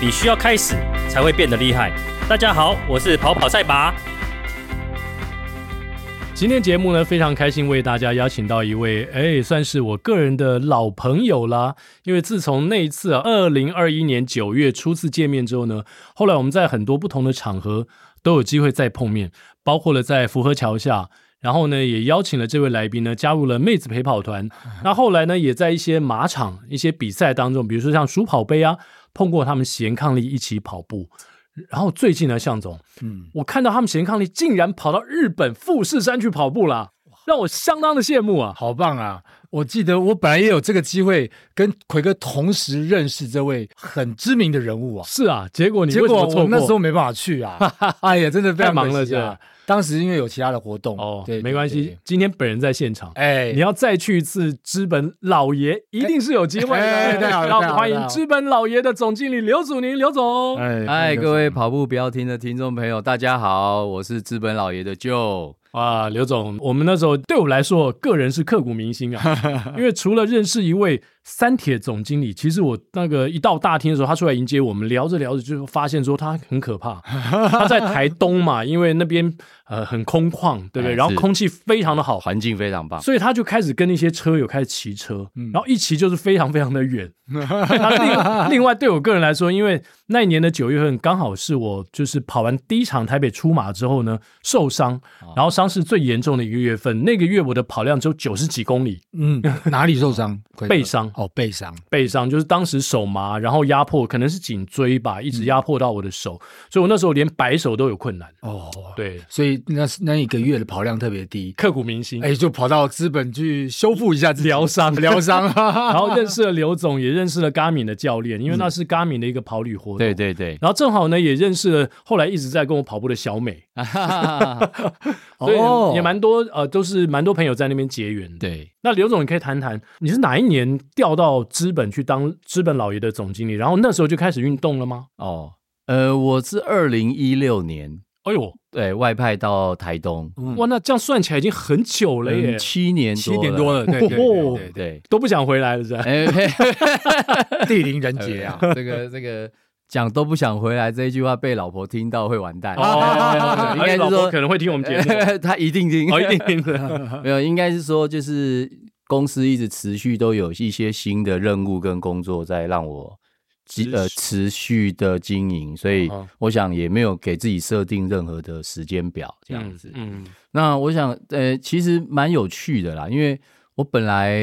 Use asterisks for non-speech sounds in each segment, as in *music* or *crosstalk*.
你需要开始才会变得厉害。大家好，我是跑跑赛拔。今天节目呢，非常开心为大家邀请到一位，哎，算是我个人的老朋友啦。因为自从那一次啊，二零二一年九月初次见面之后呢，后来我们在很多不同的场合都有机会再碰面，包括了在福河桥下。然后呢，也邀请了这位来宾呢，加入了妹子陪跑团。那后来呢，也在一些马场、一些比赛当中，比如说像鼠跑杯啊，碰过他们贤伉俪一起跑步。然后最近呢，向总，嗯，我看到他们贤伉俪竟然跑到日本富士山去跑步啦，让我相当的羡慕啊！好棒啊！我记得我本来也有这个机会跟奎哥同时认识这位很知名的人物啊，是啊，结果你结为什果么错我过？那时候没办法去啊，哎呀，真的非常太忙了可惜啊。当时因为有其他的活动，哦对，，没关对系，，今天本人在现场。对你对哎，要再去一次知本老爷，一定是有机会哎的。*laughs* 太好了让我太们欢好了太好迎了知本老爷的总经理刘祖宁，刘总。哎嗨，各位跑步不要听的听众朋友，大家好，我是资本老爷的 Joe。啊，刘总，我们那时候对我来说，个人是刻骨铭心 *laughs* 啊，因为除了认识一位三铁总经理，其实我那个一到大厅的时候，他出来迎接我们，聊着聊着就发现说他很可 *laughs* 怕，他在台东嘛，因为那边呃很空旷，对不对？哎然后是空气非常的好，环境非常棒，所以他就开始跟那些车友开始骑车，然后一骑就是非常非常的远。 *laughs* 那另 *laughs* 另外对我个人来说，因为那一年的九月份刚好是我就是跑完第一场台北出马之后呢受伤，然后伤势最严重的一个月份，那个月我的跑量只有九十几公里，嗯，哪里受伤？奎哥背伤哦，背伤，背伤就是当时手麻，然后压迫可能是颈椎吧，嗯一直压迫到我的手，所以我那时候连摆手都有困难。哦，对，所以那是那一个月的跑量特别低，刻骨铭心。哎，就跑到资本去修复一下自己疗伤疗伤， *laughs* 然后认识了刘总，也认识了 Garmin 的教练，因嗯为那是 Garmin 的一个跑旅活动。对对对，然后正好呢，也认识了后来一直在跟我跑步的小 *laughs* 美，所哦以也蛮多呃，都是蛮多朋友在那边结缘的。对，那刘总，你可以谈谈你是哪一年调到资本去当资本老爷的总经理，然后那时候就开始运动了吗？哦，呃，我是二零一六年哎呦，对外派到台东， *laughs* 嗯哇，那这样算起来已经很久了耶，七年七点多了，了，对 *laughs* 对对哦对对，对， *laughs* 都不想回来了是吧？哎，嘿地灵人杰啊，这个这个讲都不想回来这一句话被老婆听到会完蛋，哦， *laughs* 应该 *laughs* 哎是老婆说可能会听我们 *laughs* 节哎目， *laughs* 他一定听，哦，一定的。 *laughs* *laughs* 没有，应该是说就是公司一直持续都有一些新的任务跟工作在让我继呃持续的经营，所以嗯哼我想也没有给自己设定任何的时间表这样 *laughs* 子。嗯，那我想呃，其实蛮有趣的啦，因为我本来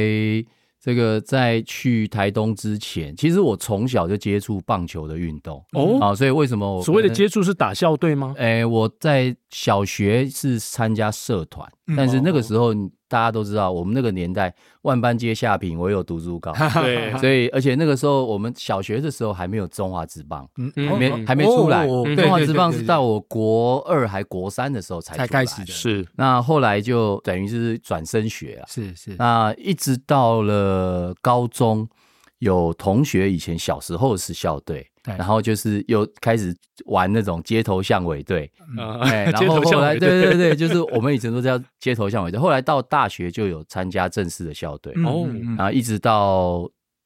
这个在去台东之前，其实我从小就接触棒球的运动哦啊，所以为什么我所谓的可能接触是打校队 *laughs* 吗？诶，我在小学是参加社团，嗯但是那个时哦候你大家都知道，我们那个年代万般皆下品，唯有读 *laughs* 书高。对，所以，而且那个时候我们小学的时候还没有中华职棒，嗯嗯还没嗯还没出来。哦哦哦中华职棒对对对对是对到我国二还国三的时候才才出来开始的是那后来就等于是转升学啊。是是，那一直到了高中，有同学以前小时候是校队，对然后就是又开始玩那种街头巷尾队，嗯啊哎，然街后头后巷来，尾对对对，就是我们以前都叫街头巷尾队，后来到大学就有参加正式的校队，嗯哦嗯嗯然后一直到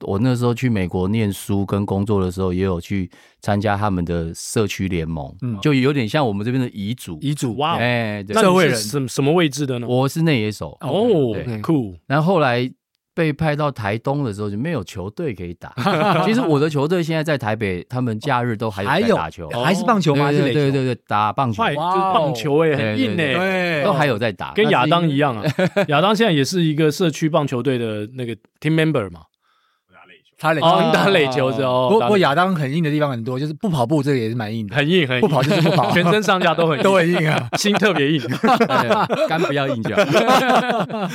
我那时候去美国念书跟工作的时候，也有去参加他们的社区联盟，嗯就有点像我们这边的遗嘱，遗嘱哇哦，哎，对那，社会你是人什什么位置的呢？我是内野手，哦对对酷，然后后来被派到台东的时候就没有球队可以打。其实我的球队现在在台北，他们假日都还还有在有打球，还是棒球吗？还对是对垒球？对对对，打棒球快，就是哇哦棒球欸哎，很硬对哎，对，都还有在打，跟亚当一样。样啊。 *laughs* 亚当现在也是一个社区棒球队的那个 team member 嘛。他垒球哦，你打垒球是哦，不打不过亚当很硬的地方很多， *laughs* 就是不跑步这个也是蛮硬的，很硬很硬，不跑就是不跑全身上下都很硬都很硬啊。 *laughs* 心特别硬。哎肝不要硬 *laughs* 脚。哦，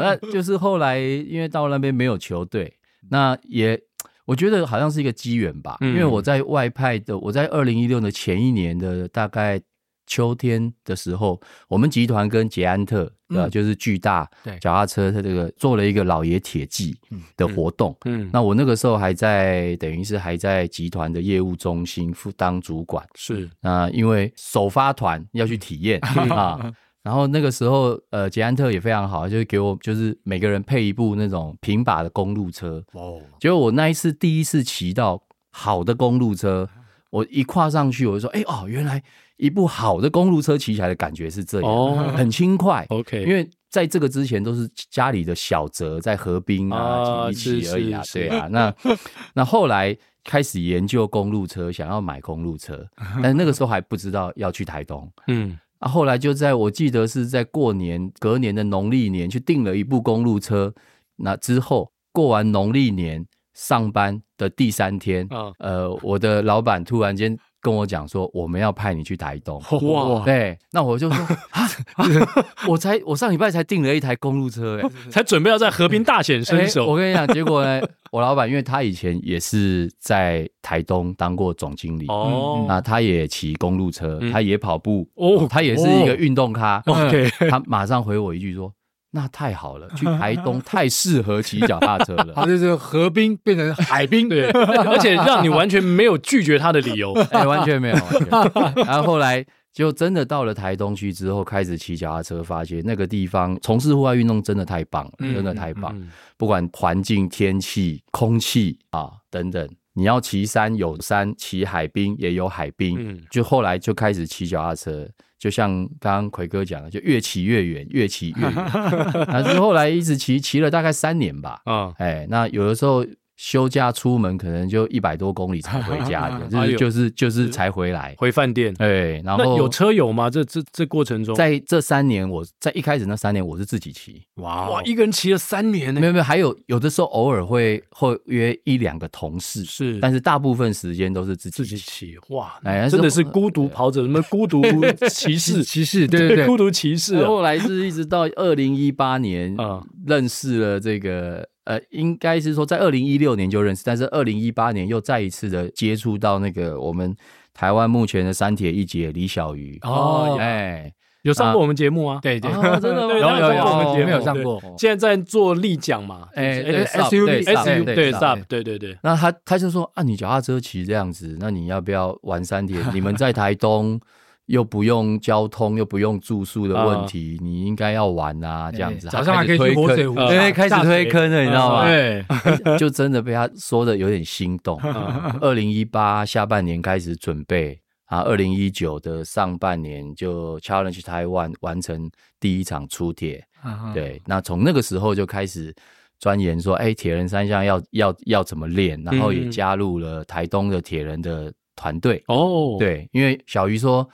那就是后来因为到那边没有球队，那也我觉得好像是一个机缘吧，嗯因为我在外派的，我在二零一六的前一年的大概。秋天的时候，我们集团跟捷安特，呃，嗯就是巨大对脚踏车，它这个做了一个老爷铁骑的活动。嗯，那我那个时候还在，等于是还在集团的业务中心负当主管。是那、因为首发团要去体 *laughs* 验、啊。然后那个时候，呃，捷安特也非常好，就是给我就是每个人配一部那种平把的公路车。哦，结果我那一次第一次骑到好的公路车，我一跨上去，我就说，哎、哦，原来一部好的公路车骑起来的感觉是这样，哦很轻快。 OK，因为在这个之前都是家里的小泽在河滨啊啊骑一骑是而已啊，是对啊。那 *laughs* 那后来开始研究公路车，想要买公路 *laughs* 车，但那个时候还不知道要去台东。嗯啊，后来就在我记得是在过年隔年的农历年去订了一部公路车，那之后过完农历年上班的第三天，啊，呃，我的老板突然间跟我讲说，我们要派你去台东。哇，对，那我就说啊，啊我才我上礼拜才订了一台公路车、欸， *laughs* 才准备要在和平大显身哎手我。跟你讲，结果呢，我老板因为他以前也是在台东当过总经理，哦那他也骑公路车，嗯他也跑步，哦他也是一个运动咖。 ，OK，他马上回我一句说：“那太好了，去台 *laughs* 东太适合骑脚踏车了。好，这就是河滨变成海滨，对，而且让你完全没有拒绝他的理由。哎，完全没有，完全。然后后来就真的到了台东去之后，开始骑脚踏车，发现那个地方从事户外运动真的太棒了，嗯真的太棒。嗯不管环境、天气、空气啊等等，你要骑山有山，骑海滨也有海滨。嗯就后来就开始骑脚踏车，就像刚刚奎哥讲的，就越骑越远，越骑 *laughs* 越远。那就后来一直骑，骑了大概三年吧。啊，哎，那有的时候休假出门可能就一百多公里才回家的，就 *laughs* 哎是呦就是就是才回来。回饭店。哎，然那后有车友吗？这这这过程中，在这三年，我在一开始那三年我是自己骑，哇，一个人骑了三年没 *laughs* 呢。有没有，还有有的时候偶尔会会约一两个同事，是但是大部分时间都是自己自己骑。骑，哇，哎真的是孤独跑者，什么孤独骑士，骑士，对对孤对，独骑士啊。后来是一直到二零一八年啊认识了这个。呃，应该是说在二零一六年就认识，但是二零一八年又再一次的接触到那个我们台湾目前的三铁一姐李小鱼哦哎，有上过我们节目啊？对对哦真 *laughs* 的吗有有有，有有我们节目没有上。对过，现在在做立奖嘛？哎就是对 SUV 对 SUV SUV SUV 对对 SUV SUP，对对对，那他他就说啊，你脚踏车骑这样子，那你要不要玩 *laughs* 三铁？你们在台东又不用交通，又不用住宿的问题，你应该要玩啊，这样嗯子。哎早上还可以他开去始推活坑嗯水湖，嗯呃对，开始推坑了，你知道哎吗？*laughs* 对，就真的被他说的有点心动。啊二零一八下半年开始准备啊，二零一九的上半年就 Challenge Taiwan 完成第一场出铁，啊对，那从那个时候就开始钻研说，哎，铁人三项要要要怎么练，然后也嗯加入了台东的铁人的团队。哦，对，因为小鱼说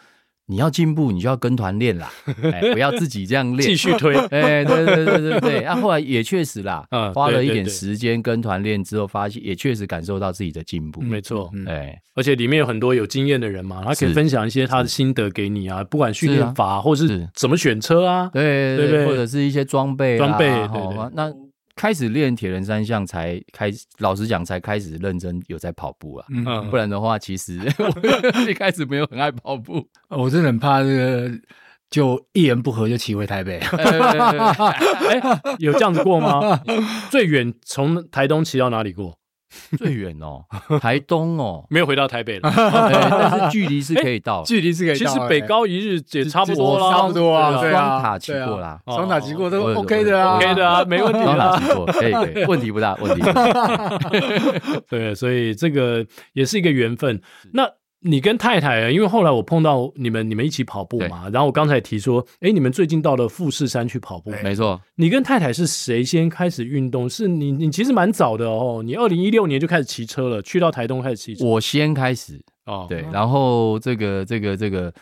你要进步，你就要跟团练啦，哎，不要自己这样练， *laughs* 继续推，哎，对对对对对，那、后来也确 *laughs* 实啦，嗯花了对一对点对时间跟团练之后，发现也确实感受到自己的进步。没错，嗯哎，而且里面有很多有经验的人嘛，他可以是分享一些他的心得给你啊，不管训练法或是是怎么选车啊，对对对对或者是一些装备啦、装备齁对对那开始练铁人三项才开始，老实讲才开始认真有在跑步啊。嗯不，然的话，其实 *laughs* 我一开始没有很爱跑 *laughs* 步，我真的很怕这个，就一言不合就骑回台北， *laughs* 哎对对对对哎，有这样子过吗？最远从台东骑到哪里过？，最远哦，台东哦没有回到台 *laughs* 北了，哦哎但是距 *laughs* 离哎是可以到的，距离是可以其到实的，北高一日也差不多啦，差不多啊，对对啊啊，双塔骑过啦对啊双塔骑过都我有 OK 的啊我有，OK *laughs* 的啊，没问题当啊然。骑过，可以可以，问题不大， *laughs* 问题不大。对，所以这个也是一个缘分。那你跟太太啊，因为后来我碰到你们，你们一起跑步嘛，然后我刚才也提说，哎，你们最近到了富士山去跑步，没错，你跟太太是谁先开始运动？是你，你其实蛮早的哦，你二零一六年就开始骑车了，去到台东开始骑车，我先开始，哦，对，然后这个这个这个，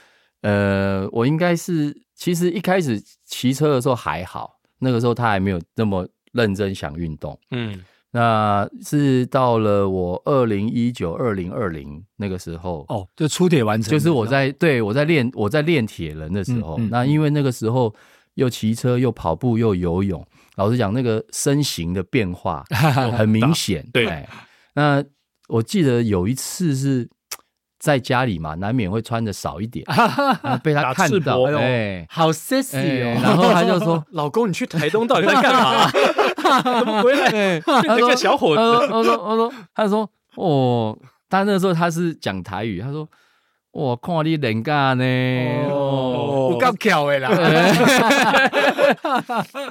呃，我应该是其实一开始骑车的时候还好，那个时候他还没有那么认真想运动。嗯，那是到了我二零一九、二零二零那个时候，哦，就出铁完成，就是我在对我在练我在练铁人的时候，嗯嗯那因为那个时候又骑车又跑步又游泳，老实讲，那个身形的 *laughs* 变化很明显。对哎那我记得有一次是在家里嘛，难免会穿的少 *laughs* 一点，然后被他打看赤到，膊：“哎。好哎 sexy 哦，然后他就说 *laughs* 老公，你去台东到底在干 *laughs* 嘛？怎么回来？变哎他成说个小伙子。他说：“他说，他说，他说，哦，他那时候他是讲台语，他说，我哦看你人家呢，哦，我够巧的啦， *laughs* *laughs*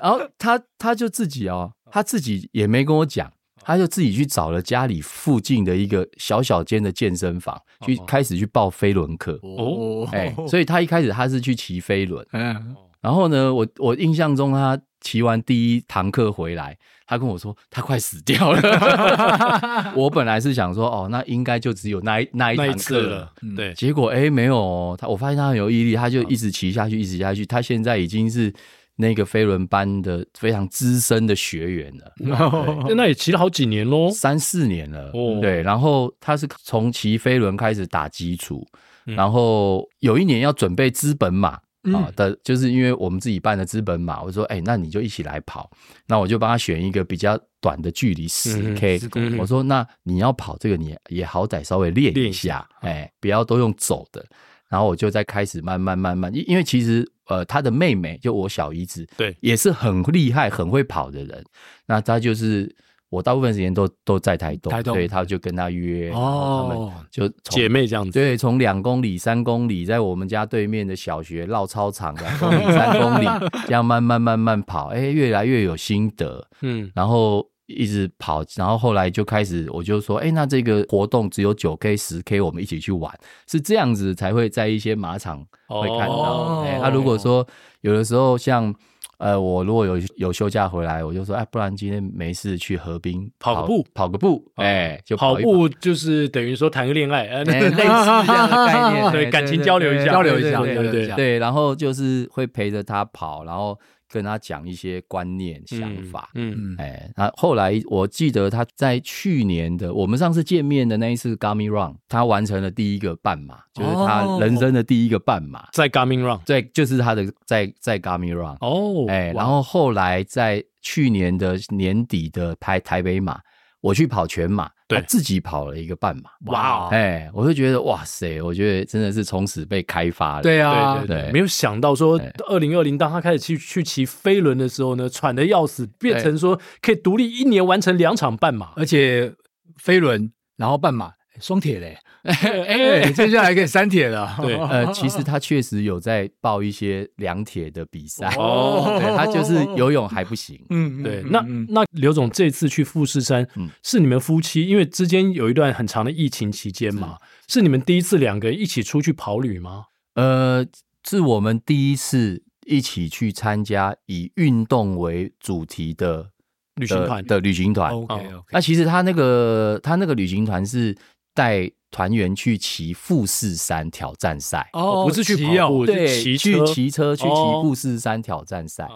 然后他他就自己哦，他自己也没跟我讲，他就自己去找了家里附近的一个小小间的健身房，去哦开始去报飞轮课。哦哎，所以他一开始他是去骑飞轮，嗯，然后呢，我我印象中他骑完第一堂课回来，他跟我说他快死掉 *laughs* 了。我本来是想说哦，那应该就只有那一那一那一堂次课了，对，结果哎没有哦，他我发现他很有毅力，他就一直骑下去，一直骑下去。他现在已经是那个飞轮班的非常资深的学员了，嗯那也骑了好几年喽。三四年了。哦对，然后他是从骑飞轮开始打基础，嗯然后有一年要准备资本马。啊的，就是因为我们自己办的资本马，我说，哎、那你就一起来跑，那我就帮他选一个比较短的距离，十 K，、公里我说，那你要跑这个，你也好歹稍微练练一一下，哎，不要都用走的。然后我就再开始慢慢慢慢，因因为其实呃，他的妹妹就我小姨子，对也是很厉害、很会跑的人。那他就是我大部分时间都都在台东，台东对，他就跟他约，然后他们哦，就从姐妹这样子，对，从两公里、三公里，在我们家对面的小学绕操场两公里、三 *laughs* 公里，这样慢慢慢慢跑，哎，越来越有心得。嗯，然后一直跑，然后后来就开始，我就说，哎，那这个活动只有九 K、十 K，我们一起去玩，是这样子才会在一些马场会看到。哦哎、那、如果说有的时候像。呃，我如果有有休假回来，我就说，哎，不然今天没事去河滨跑个步跑个步，哎、就跑跑一跑步就是等于说谈个恋爱，呃哎类似这样的概念，对哎感情交流一下对对交流一下对交流一对下对，然后就是会陪着他跑，然后跟他讲一些观念、想法。嗯，哎，那后来我记得他在去年的我们上次见面的那一次 Gummy Run，他完成了第一个半马，就是他哦人生的第一个半马，在 Garmin Run 对，就是他的在在 Gummy Run。哦，哎，哇然后后来在去年的年底的台台北马，我去跑全马，对他自己跑了一个半马，哇哦哎，我就觉得哇塞，我觉得真的是从此被开发了。对啊，对对对，对没有想到说对，二零二零当他开始去去骑飞轮的时候呢，喘的要死，变成说可以独立一年完成两场半马，而且飞轮，然后半马，哎双铁嘞，哎哎，接下来可以三铁了，对呃，*laughs* 其实他确实有在报一些两铁的比赛，哦对 *laughs* 他就是游泳还不行。嗯，嗯对，嗯那嗯那刘总这次去富士山嗯是你们夫妻，因为之间有一段很长的疫情期间嘛，是你们第一次两个人一起出去跑旅吗？呃，是我们第一次一起去参加以运动为主题的旅行团的的旅行团。 OK OK，那其实他那个他那个旅行团是带团员去骑富士山挑战赛，哦不是去跑步对，是骑去车骑车去骑哦，富士山挑战赛。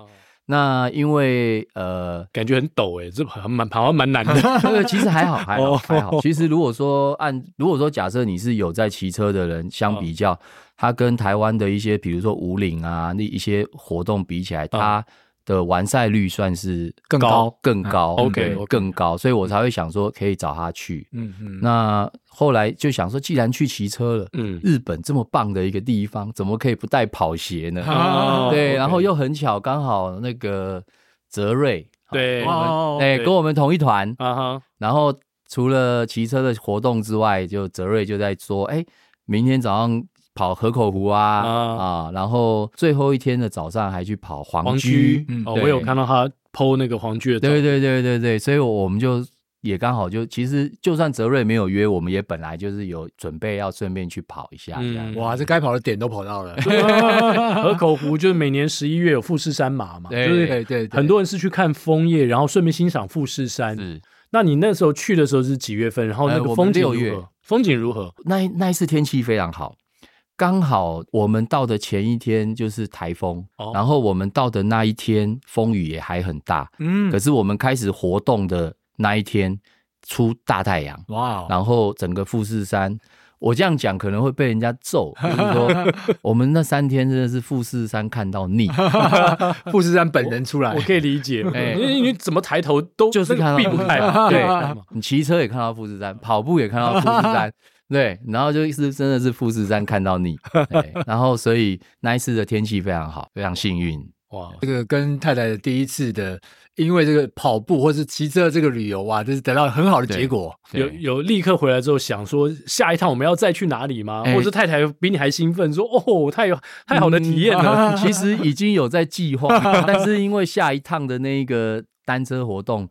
那因为呃感觉很陡哎、这很蛮好像蛮难的。 *laughs* 这个其实还好，还好，哦还好。其实如果说按如果说假设你是有在骑车的人相比嗯较，它跟台湾的一些比如说五岭啊那一些活动比嗯起来，它的完赛率算是更高更高嗯对 OK，OK 更高，所以我才会想说可以找他去。嗯嗯，那后来就想说，既然去骑车了，嗯日本这么棒的一个地方，怎么可以不带跑鞋呢？啊对， OK 然后又很巧，刚好那个泽瑞，对我们哦哎、对跟我们同一团，啊哈，然后除了骑车的活动之外，就泽瑞就在说，哎、明天早上跑河口湖啊啊啊然后最后一天的早上还去跑黄黄居居，，嗯哦，对我有看到他剖那个黄居的照对对对对对，所以我们就。也刚好就其实就算泽瑞没有约，我们也本来就是有准备要顺便去跑一下这样。嗯哇，这该跑的点都跑到了， *laughs* 河口湖就是每年十一月有富士山马嘛，对就是对对，很多人是去看枫叶，然后顺便欣赏富士山。是那你那时候去的时候是几月份？然后那呃个我们风景如六何？月风景如何？那一那一次天气非常好，刚好我们到的前一天就是台风，哦然后我们到的那一天风雨也还很大，嗯可，是我们开始活动的那一天出大太阳，哇哦，然后整个富士山。我这样讲可能会被人家揍，就是 *laughs* 说我们那三天真的是富士山看到腻，富士山本人出来我，可以理解， *laughs* 哎因为你怎么抬头都就是那看个到避不开， *laughs* 对，你骑车也看到富士 *laughs* 山，跑步也看到富士山，对，然后就是真的是富士山看到 *laughs* 你，对然后所以那一次的天气非常好，非常幸 *laughs* 运，哇，这个跟太太的第一次的，因为这个跑步或是骑车这个旅游啊哇，这是得到很好的结果。对有有立刻回来之后想说下一趟我们要再去哪里吗？哎或者太太比你还兴奋，说哦，太有太好的体验了。其实已经有在计 *laughs* 划，但是因为下一趟的那个单车活动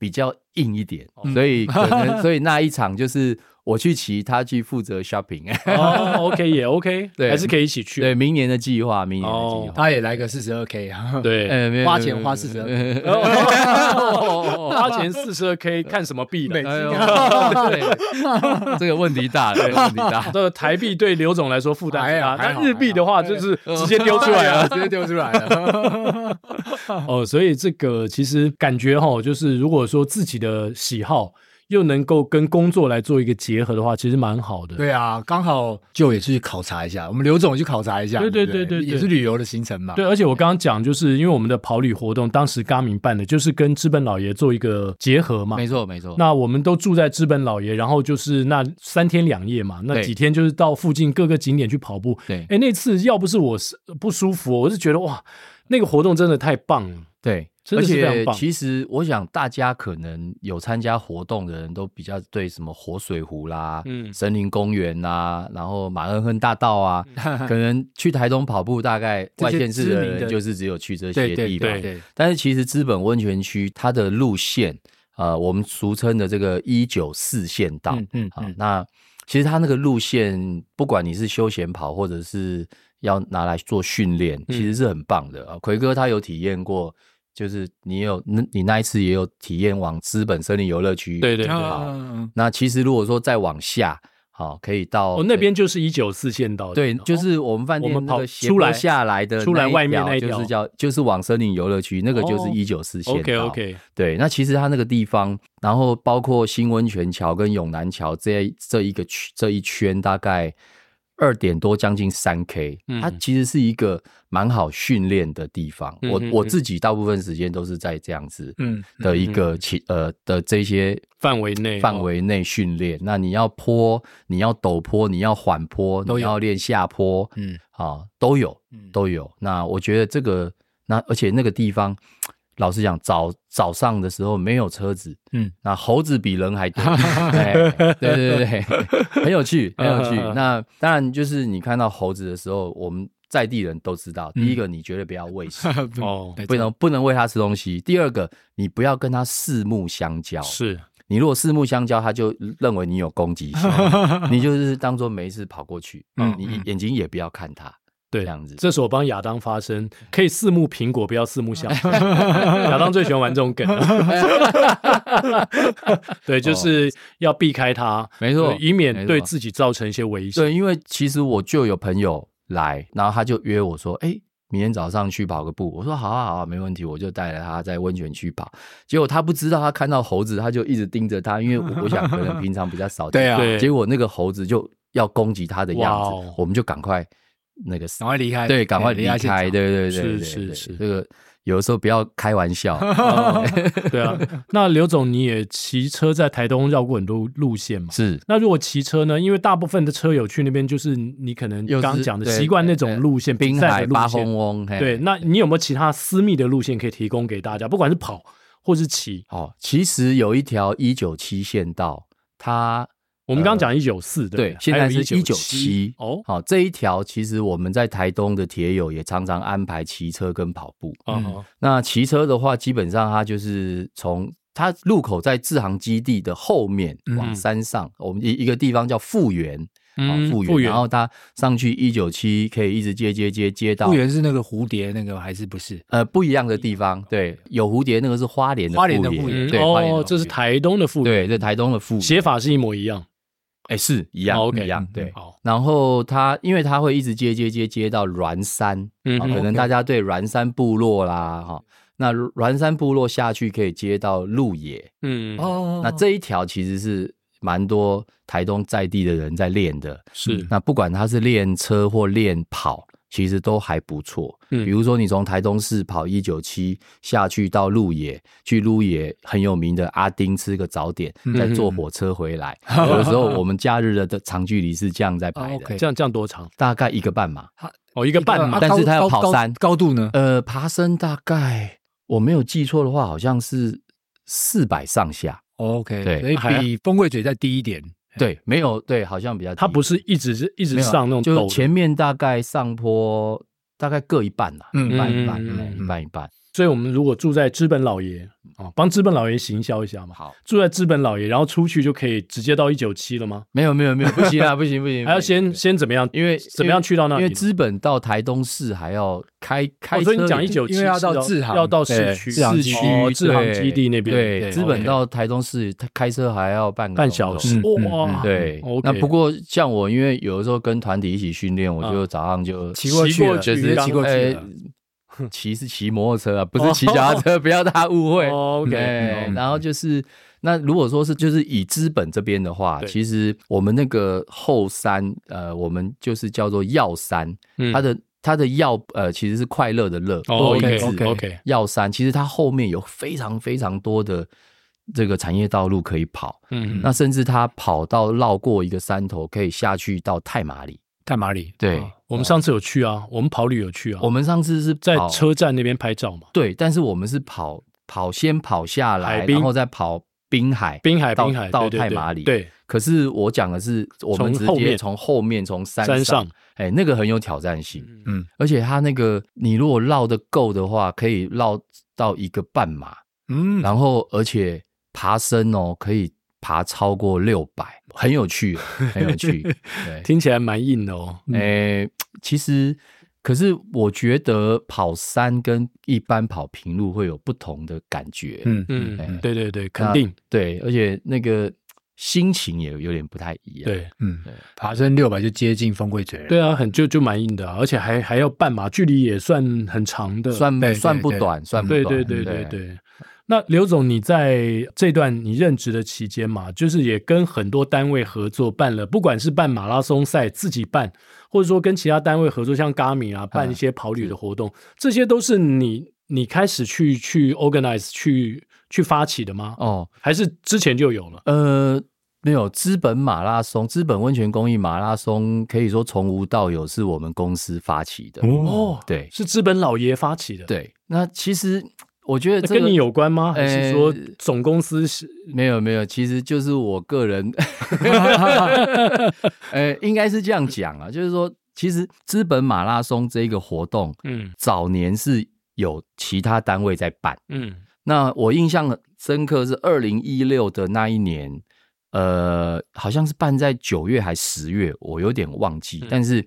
比较硬一点，嗯所以 *laughs* 可能所以那一场就是我去骑，他去负责 shopping， *laughs* *laughs* 哦，OK 也 OK，嗯对还是可以一起去。对，明年的计划，明年的计哦划。他也来个四十二 K 啊，对呃没有花没有钱没有花没有40没有哦 *laughs* 哦花钱四十二 K 看什么币呢？哎呦， *laughs* 对，这个问题大了，这个问题大。这台币对刘总来说负担还很大好，还但好日币的话就是直接丢出来 *laughs* 了。直接丢出来了。啊哦，所以这个其实感觉哈、就是如果说自己的喜好又能够跟工作来做一个结合的话，其实蛮好的。对啊，刚好就也是去考察一下，我们刘总也去考察一下，对对对对不对对也是旅游的行程嘛。对，而且我刚刚讲，就是因为我们的跑旅活动，当时嘎明办的，就是跟资本老爷做一个结合嘛。没错，没错。那我们都住在资本老爷，然后就是那三天两夜嘛，那对几天就是到附近各个景点去跑步。对哎，那次要不是我是不舒服，我是觉得哇，那个活动真的太棒了。对，真而的是非且常棒其实我想大家可能有参加活动的人都比较对什么活水湖啦、嗯森林公园啦，然后马恩亨大道啊，可能去台东跑步，大概这外些县市知的名的人就是只有去这对些对地方。对对，但是其实资本温泉区它的路线，呃，我们俗称的这个一九四线道，嗯嗯好嗯，那其实它那个路线，不管你是休闲跑或者是要拿来做训练，其嗯实是很棒的啊。奎哥他有体验过，就是你有那你那一次也有体验往资本森林游乐区，对对对，啊哦，那其实如果说再往下，好、可以到哦那边就是一九四县道的，对，就哦是我们饭我店们那跑个斜出坡来下来的出来那一外面那一就条是叫就是往森林游乐区，那个就是哦一九四线道。 OK OK，对，那其实它那个地方，然后包括新温泉桥跟永南桥这这一个区这一圈，大概二点多将近三 K，、嗯它其实是一个蛮好训练的地方。嗯我嗯我嗯自己大部分时间都是在这样子嗯，的一个其、呃的这些范围内哦范围内训练。那你要坡，你要陡坡，你要缓坡，都有你要练下坡，嗯，啊，都有嗯，都有。那我觉得这个，那而且那个地方，老实讲，早早上的时候没有车子，嗯，那猴子比人 *laughs* 还多，哎对对对 *laughs* 对，很有趣，很有趣嗯嗯嗯。那当然就是你看到猴子的时候，我们在地人都知道，第一嗯个你绝对不要喂 *laughs* 食。哦，不能不能喂它吃东西。第二个，你不要跟它四目相交。是你如果四目相交，它就认为你有攻 *laughs* 击性，你就是当做没事跑过去，嗯你嗯眼睛也不要看它。对这样子这是我帮亚当发声，可以四目苹果，不要四目相交。亚当最喜欢玩这种梗了， *laughs* 对，就是要避开它，哦没错对以免没错对自己造成一些危险。对，因为其实我就有朋友来，然后他就约我说：“哎、明天早上去跑个步。”我说：“好啊，好啊，没问题。”我就带着他在温泉区跑。结果他不知道，他看到猴子，他就一直盯着他，因为我我想可能平常比较少见。对啊对结果那个猴子就要攻击他的样子，哇哦我们就赶快那个赶快离开，对，赶快离现场开。对对对是对对是对是这个有的时候不要开玩笑。对啊，那刘总你也骑车在台东绕过很多路线嘛？是那如果骑车呢？因为大部分的车友去那边，就是你可能又刚刚是讲的对习惯那种对路线，比滨赛海的路八哎线红。翁，嘿对，那你有没有其他私密的路线可以提供给大家？不管是跑或是骑，哦，其实有一条一九七线道，它我们刚刚讲一九四，不呃对，现在是还有一九七哦，好、这一条其实我们在台东的铁友也常常安排骑车跟跑步。啊，那骑车的话，基本上它就是从它入口在制航基地的后面，嗯往山上，我们一一个地方叫富源，啊、嗯富富源，源然后它上去一九七可以一直接接接接到复原是那个蝴蝶那个还是不是？呃不一样的地方，对，有蝴蝶那个是花莲的花莲的富园，源对，花莲的哦富，这是源台东的富源，对，这台东的富源，写法是一模一样。哎是一样、哦，OK，一嗯样，对。好，然后它，因为它会一直接接接接到栾山，嗯啊哼可能大家对栾山部落啦，哈、那栾山部落下去可以接到鹿野，嗯，哦那这一条其实是蛮多台东在地的人在练的。是，那不管他是练车或练跑，其实都还不错。嗯比如说你从台东市跑一九七下去到鹿野，去鹿野很有名的阿丁吃个早点，嗯再坐火车回 *laughs* 来。有的时候我们假日的长距离是这样哦在排的， OK 这样这样多长？大概一个半马。哦，一个半啊马但是他要跑山高度呢？呃，爬升大概我没有记错的话，好像是四百上下。 OK，对所以还比风柜嘴再低一点。对，没有对，好像比较低它不是一直是一直没有啊上那种陡就的前面大概上坡大概各一半啦，嗯一半一半，嗯嗯嗯嗯一半一半。所以我们如果住在资本老爷啊，帮资本老爷行销一下嘛。好，住在资本老爷，然后出去就可以直接到一九七了吗？没有没有没有，不行啊，不行不行，还要不行先先怎么样？因为怎么样去到那里？因为资本到台东市还要开哦，开车，所以你讲一九七因为要到志航要到市对区、志航市基区地哦对志航基地那边，哦对，对资本 OK 到台东市，他开车还要半个半钟小头时，嗯哇，对哦，OK，那不过像我，因为有的时候跟团体一起训练，我就早上就骑过嗯骑去过了，去直接刚骑过去了。呃骑是骑摩托车啊，不是骑脚踏车， *laughs* 不要大家误会。哦，OK，对嗯然后就是那如果说是就是以资本这边的话，对其实我们那个后山，呃，我们就是叫做药山，嗯它的它的药呃其实是快乐的乐，哦多一个，OK 字 OK OK，药山其实它后面有非常非常多的这个产业道路可以跑，嗯，那甚至它跑到绕过一个山头，可以下去到太马里。太马里，对，我们上次有去啊，我们跑旅有去啊，我们上次是在跑车站那边拍照嘛，对，但是我们是跑跑先跑下海来，滨然后再跑滨海，滨海到滨海到对对太对马里。对，可是我讲的是我们从直后接面从后面从山山上，哎，那个很有挑战性。嗯，而且它那个你如果绕得够的话，可以绕到一个半马，嗯，然后而且爬升哦，可以爬超过六百，很有 *laughs* 趣，很有趣。对，听起来蛮硬的哦，诶、其实，可是我觉得跑山跟一般跑平路会有不同的感觉。嗯嗯哎，对对对，那肯定对，而且那个心情也有点不太一样。对。嗯，爬升六百就接近风柜嘴了。对啊，很就就蛮硬的啊，而且还还要半马，距离也算很长的，算对对算不对短，算不对短。对对对对。那刘总，你在这段你任职的期间嘛，就是也跟很多单位合作办了，不管是办马拉松赛自己办，或者说跟其他单位合作，像 Gami 啊，办一些跑旅的活动，这些都是你你开始去去 organize 去去发起的吗？哦，还是之前就有了？呃，没有，资本马拉松，资本温泉公益马拉松，可以说从无到有是我们公司发起的。哦，对是资本老爷发起的。，对，那其实我觉得那这个跟你有关吗？还是说呃总公司是没有没有，其实就是我 *laughs* 个人，呃，应该是这样讲啊，就是说，其实资本马拉松这个活动，嗯早年是有其他单位在办。嗯那我印象深刻是二零一六的那一年，呃，好像是办在九月还十月，我有点忘记。嗯但是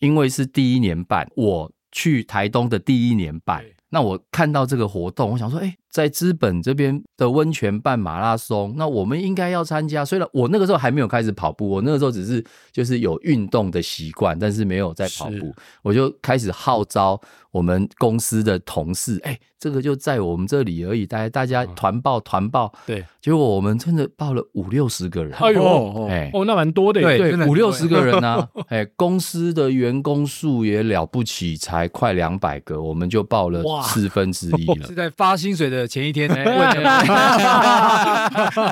因为是第一年办，我去台东的第一年办对，那我看到这个活动，我想说，哎、在资本这边的温泉办马拉松，那我们应该要参加。虽然我那个时候还没有开始跑步，我那个时候只是就是有运动的习惯，但是没有在跑步是。我就开始号召我们公司的同事，哎、这个就在我们这里而已，大家大家团报团报。嗯对，结果我们真的报了五六十个人，哎呦哦，哎哦，那蛮多的耶。对真的对，很多五欸六十个 *laughs* 人呢、哎，公司的员工数也了不起，才快两百个，我们就报了哇四分之一了是。在发薪水的前一天问问的。哦啊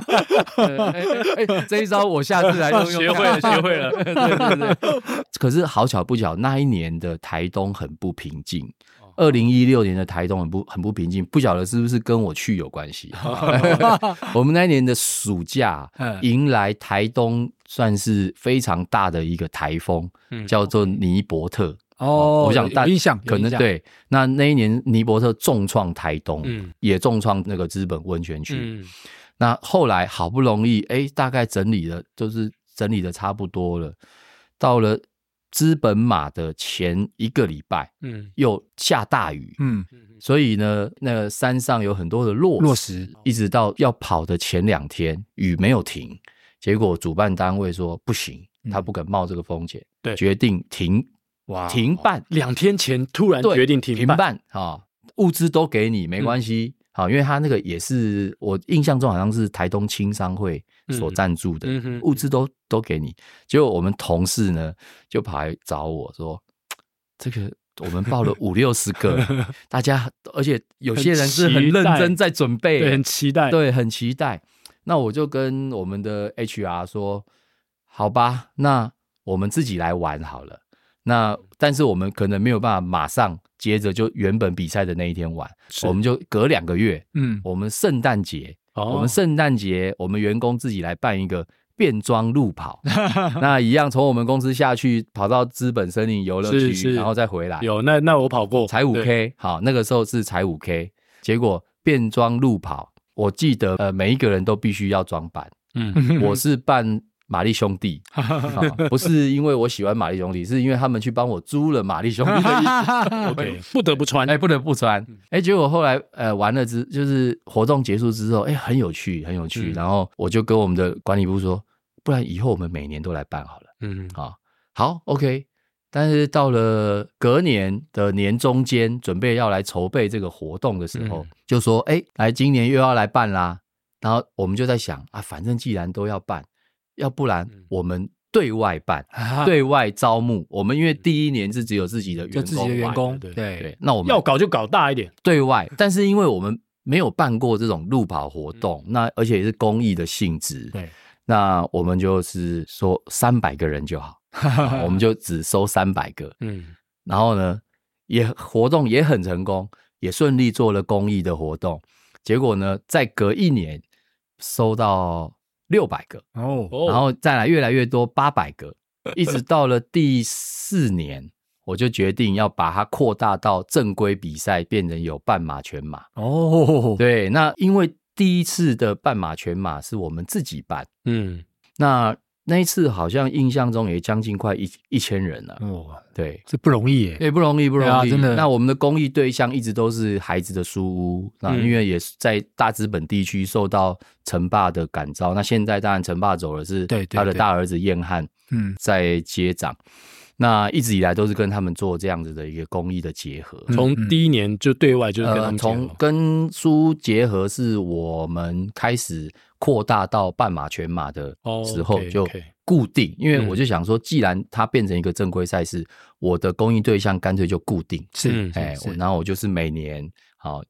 *laughs* 哎哎哎这一招我下次来 *laughs* 用用。学会了，学会 *laughs* 了。可是好巧不巧，那一年的台东很不平静。哦二零一六年的台东很不很不平静，不晓得是不是跟我去有 *laughs* 关系。 *laughs* 我们那一年的暑假嗯迎来嗯台东算是非常大的一个台风，叫做尼伯特。哦，我想大有印象，有可能印象，对。那那一年尼伯特重创台东，嗯也重创那个资本温泉区。嗯那后来好不容易，哎，大概整理了，就是整理的差不多了。到了资本马的前一个礼拜，嗯又下大雨，嗯，所以呢，那个山上有很多的落落实一直到要跑的前两天，雨没有停。结果主办单位说不行，他不肯冒这个风险，对决定停哇停办，两天前突然对决定停停办，嗯办啊、物资都给你，没关系。好，因为他那个也是我印象中好像是台东青商会所赞助的，嗯嗯哼物资都都给你。结果我们同事呢就跑来找我说：“这个我们报了五六十 *laughs* 个，大家而且有些人是很很期待认真在准备，对，很期待，对，很期待。那我就跟我们的 HR 说，好吧，那我们自己来玩好了。那但是我们可能没有办法马上接着就原本比赛的那一天玩，是我们就隔两个月，嗯，我们圣诞节，哦，我们圣诞节我们员工自己来办一个。变装 *laughs* 路跑，那一样从我们公司下去，跑到资本森林游乐是区，是然后再回来。有哦那那我跑过，才五对 K，好，那个时候是才五 K，结果变装路跑，我记得呃每一个人都必须要装扮，嗯，我是扮玛丽兄 *laughs* 弟、好不是因为我喜欢玛丽兄弟，是因为他们去帮我租了玛丽兄弟的衣服， *laughs* OK，不得不穿哎、，不得不穿，嗯哎、结果后来呃完了之，就是活动结束之后，哎、很有趣，很有嗯趣，然后我就跟我们的管理部说，不然以后我们每年都来办好了。嗯，啊，好，OK。但是到了隔年的年中间，准备要来筹备这个活动的时候，嗯就说：“哎、来，今年又要来办啦。”然后我们就在想啊，反正既然都要办，要不然嗯我们对外办，啊嗯对外招募。我们因为第一年是只有自己的员就工，自己的员，工，对对，对，那我们要搞就搞大一点，对外，嗯但是因为我们没有办过这种路跑活动，那而且也是公益的性质，嗯对，那我们就是说三百个人就 *laughs* 好，啊我们就只收三百个，嗯，然后呢，也活动也很成功，也顺利做了公益的活动，结果呢，再隔一年收到六百个，哦，哦然后再来越来越多八百个，一直到了第四年，我就决定要把它扩大到正规比赛，变成有半马、全马。哦，对，那因为第一次的半马、全马是我们自己办，嗯，那那一次好像印象中也将近快一一千人了。哦，对，这不容易耶，也不容易，不容易，对啊真的那我们的公益对象一直都是孩子的书屋，那嗯因为也是在大资本地区受到陈爸的感召，那现在当然陈爸走了，是对对他的对大儿子燕汉嗯，在接掌。那一直以来都是跟他们做这样子的一个公益的结合，从第一年就对外就是跟他嗯呃，们结从合跟书屋结合是我们开始扩大到半马、全马的哦时候 OK，就 OK 固定，因为嗯我就想说，既然它变成一个正规赛事，我的供应对象干脆就固定，是嗯，哎是，我是然后我就是每年好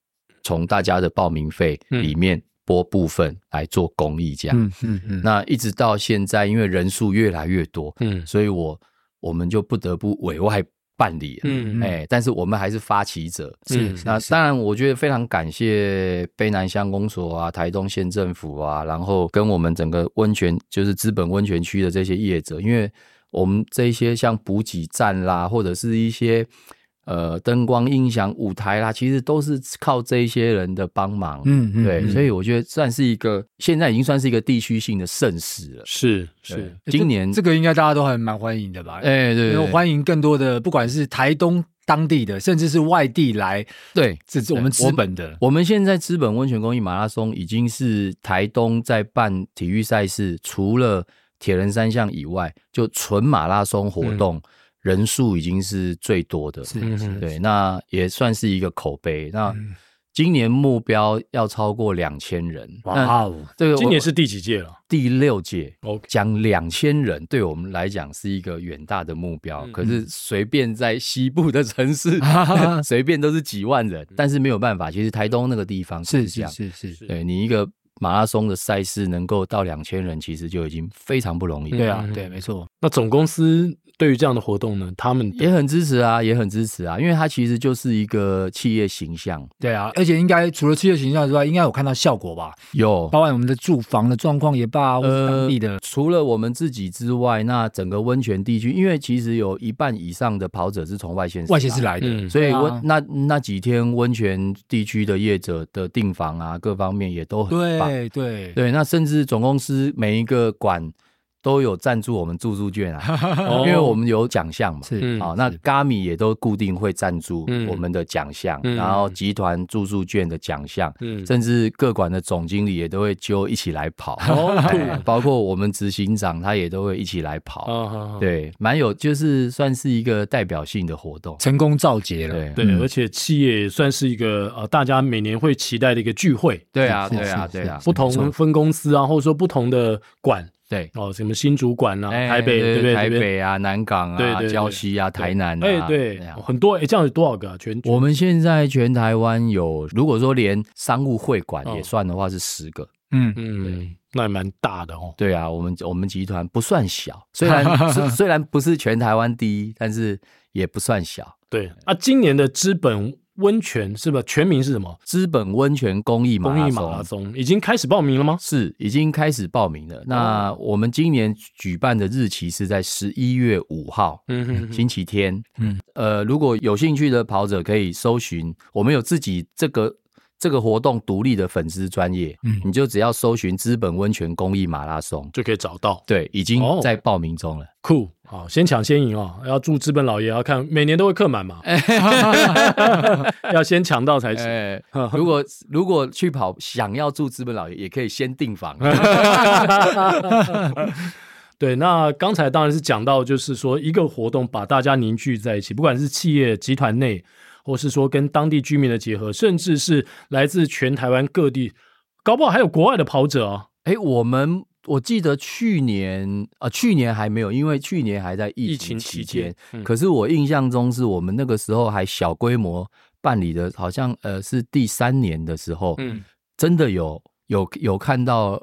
从大家的报名费里面拨部分来做公益这样。嗯嗯嗯，那一直到现在，因为人数越来越多，嗯所以我我们就不得不委外办理了。嗯哎、但是我们还是发起者。嗯是那当然，我觉得非常感谢卑南乡公所啊、台东县政府啊，然后跟我们整个温泉，就是资本温泉区的这些业者，因为我们这些像补给站啦，或者是一些呃灯光、音响、舞台啦，其实都是靠这一些人的帮忙。嗯嗯，对，所以以我觉得算是一个，现在已经算是一个地区性的盛事了。是是对，今年这个应该大家都还蛮欢迎的吧？哎，对因为对欢迎更多的，不管是台东当地的，甚至是外地来，对，这是我们资本的，我们现在资本温泉公益马拉松已经是台东在办体育赛事，除了铁人三项以外，就纯马拉松活动、人数已经是最多的。嗯是嗯对，那也算是一个口碑。那今年目标要超过两千人。那哇哦，这个我今年是第几届了第六届。 ？OK，讲两千人，对我们来讲是一个远大的目标。嗯可是随便在西部的城 *laughs* 市， *laughs* 随便都是几万人，但是没有办法。其实台东那个地方嗯是这是样，是是，对你一个马拉松的赛事能够到两千人，其实就已经非常不容易。啊嗯对啊，对，没错，那总公司对于这样的活动呢，他们也很支持啊，也很支持啊，因为它其实就是一个企业形象。对啊，而且应该除了企业形象之外，应该有看到效果吧？有包含我们的住房的状况也呃罢，或是当地的，除了我们自己之外，那整个温泉地区，因为其实有一半以上的跑者是从外县市外县市来的，嗯所以对啊温、那那几天温泉地区的业者的订房啊，各方面也都很棒。对对对，那甚至总公司每一个馆都有赞助我们住宿券啊， *laughs* 哦因为我们有奖项嘛。是嗯好、那 Gami 也都固定会赞助嗯我们的奖项，嗯然后集团住宿券的奖项，嗯甚至各馆的总经理也都会揪一起来 *laughs* 跑，哦哎包括我们执行长他也都会一起来跑，哦啊好好对，蛮有就是算是一个代表性的活动，成功造节了。对对，而且企业也算是一个呃，大家每年会期待的一个聚会，对啊，是对啊，是对啊，不同分公司啊，或者说不同的馆对，哦，什么新竹馆啊、哎台北对不对？台这边北啊，南港对对啊，对礁溪啊，台南哎啊，对这，样很多哎，这样有多少个啊？全我们现在全台湾有，如果说连商务会馆哦也算的话，是十个。嗯，嗯，那也蛮大的哦。对啊，我们我们集团不 *laughs* 算小，虽然虽虽然不是全台湾第一，但是也不算小。对啊，今年的资本温泉是吧？全名是什么？资本温泉公益马公拉益马拉松松已经开始报名了吗？是已经开始报名了。哦那我们今年举办的日期是在十一月五号，嗯哼哼星期天。嗯嗯，呃，如果有兴趣的跑者可以搜寻，我们有自己这个这个活动独立的粉丝专业，嗯你就只要搜寻资本温泉公益马拉松，就可以找到，对，已经哦在报名中了。酷，好，先抢先赢哦！要祝资本老爷要看，每年都会客满嘛，要先抢到才行。哎，如果如果去跑，想要住资本老爷，也可以先订房。啊 *laughs* 对，那刚才当然是讲到，就是说一个活动把大家凝聚在一起，不管是企业集团内，或是说跟当地居民的结合，甚至是来自全台湾各地，搞不好还有国外的跑者啊。哎，我们我记得去年啊、呃去年还没有，因为去年还在疫疫情期期间嗯可是我印象中是我们那个时候还小规模办理的，好像呃是第三年的时候，嗯真的有有有看到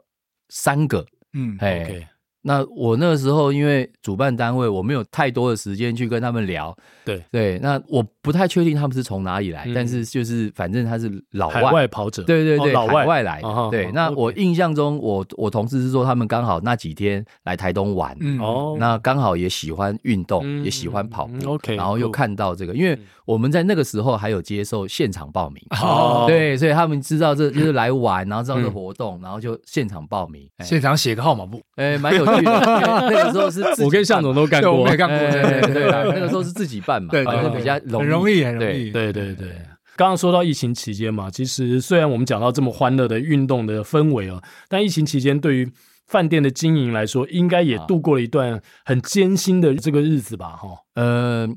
三个，嗯，哎，OK，那我那个时候因为主办单位我没有太多的时间去跟他们聊，对对，那我不太确定他们是从哪里来，嗯但是就是反正他是老海外外跑者，对对对，哦老海外外来。啊哈对啊，那 OK 我印象中，我我同事是说他们刚好那几天来台东玩，嗯，哦，那刚好也喜欢运动，嗯也喜欢跑步嗯，OK，然后又 cool 看到这个，因为我们在那个时候还有接受现场报名，哦，对，所以他们知道这就是来玩，然后知道这活动，然后就现场报名，哎现场写个号码布，哎，蛮有趣的。因为那个时候是自己我跟向总都干对，我过没，干过，哎对对对对对对啦，对那个时候是自己办嘛，对对反正对比较很容易，很容对易，对对对，刚刚说到疫情期间嘛，其实虽然我们讲到这么欢乐的运动的氛围哦，但疫情期间对于饭店的经营来说，应该也度过了一段很艰辛的这个日子吧？哈，呃，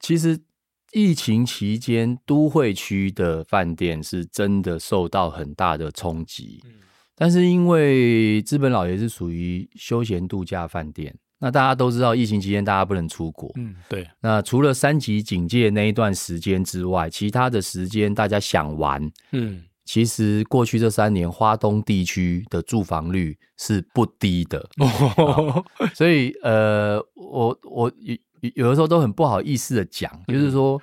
其实疫情期间，都会区的饭店是真的受到很大的冲击。但是因为资本老爷是属于休闲度假饭店，那大家都知道，疫情期间大家不能出国。嗯，对，那除了三级警戒那一段时间之外，其他的时间大家想玩，嗯，其实过去这三年，花东地区的住房率是不低的，哦啊所以呃，我我有有的时候都很不好意思的讲，嗯就是说，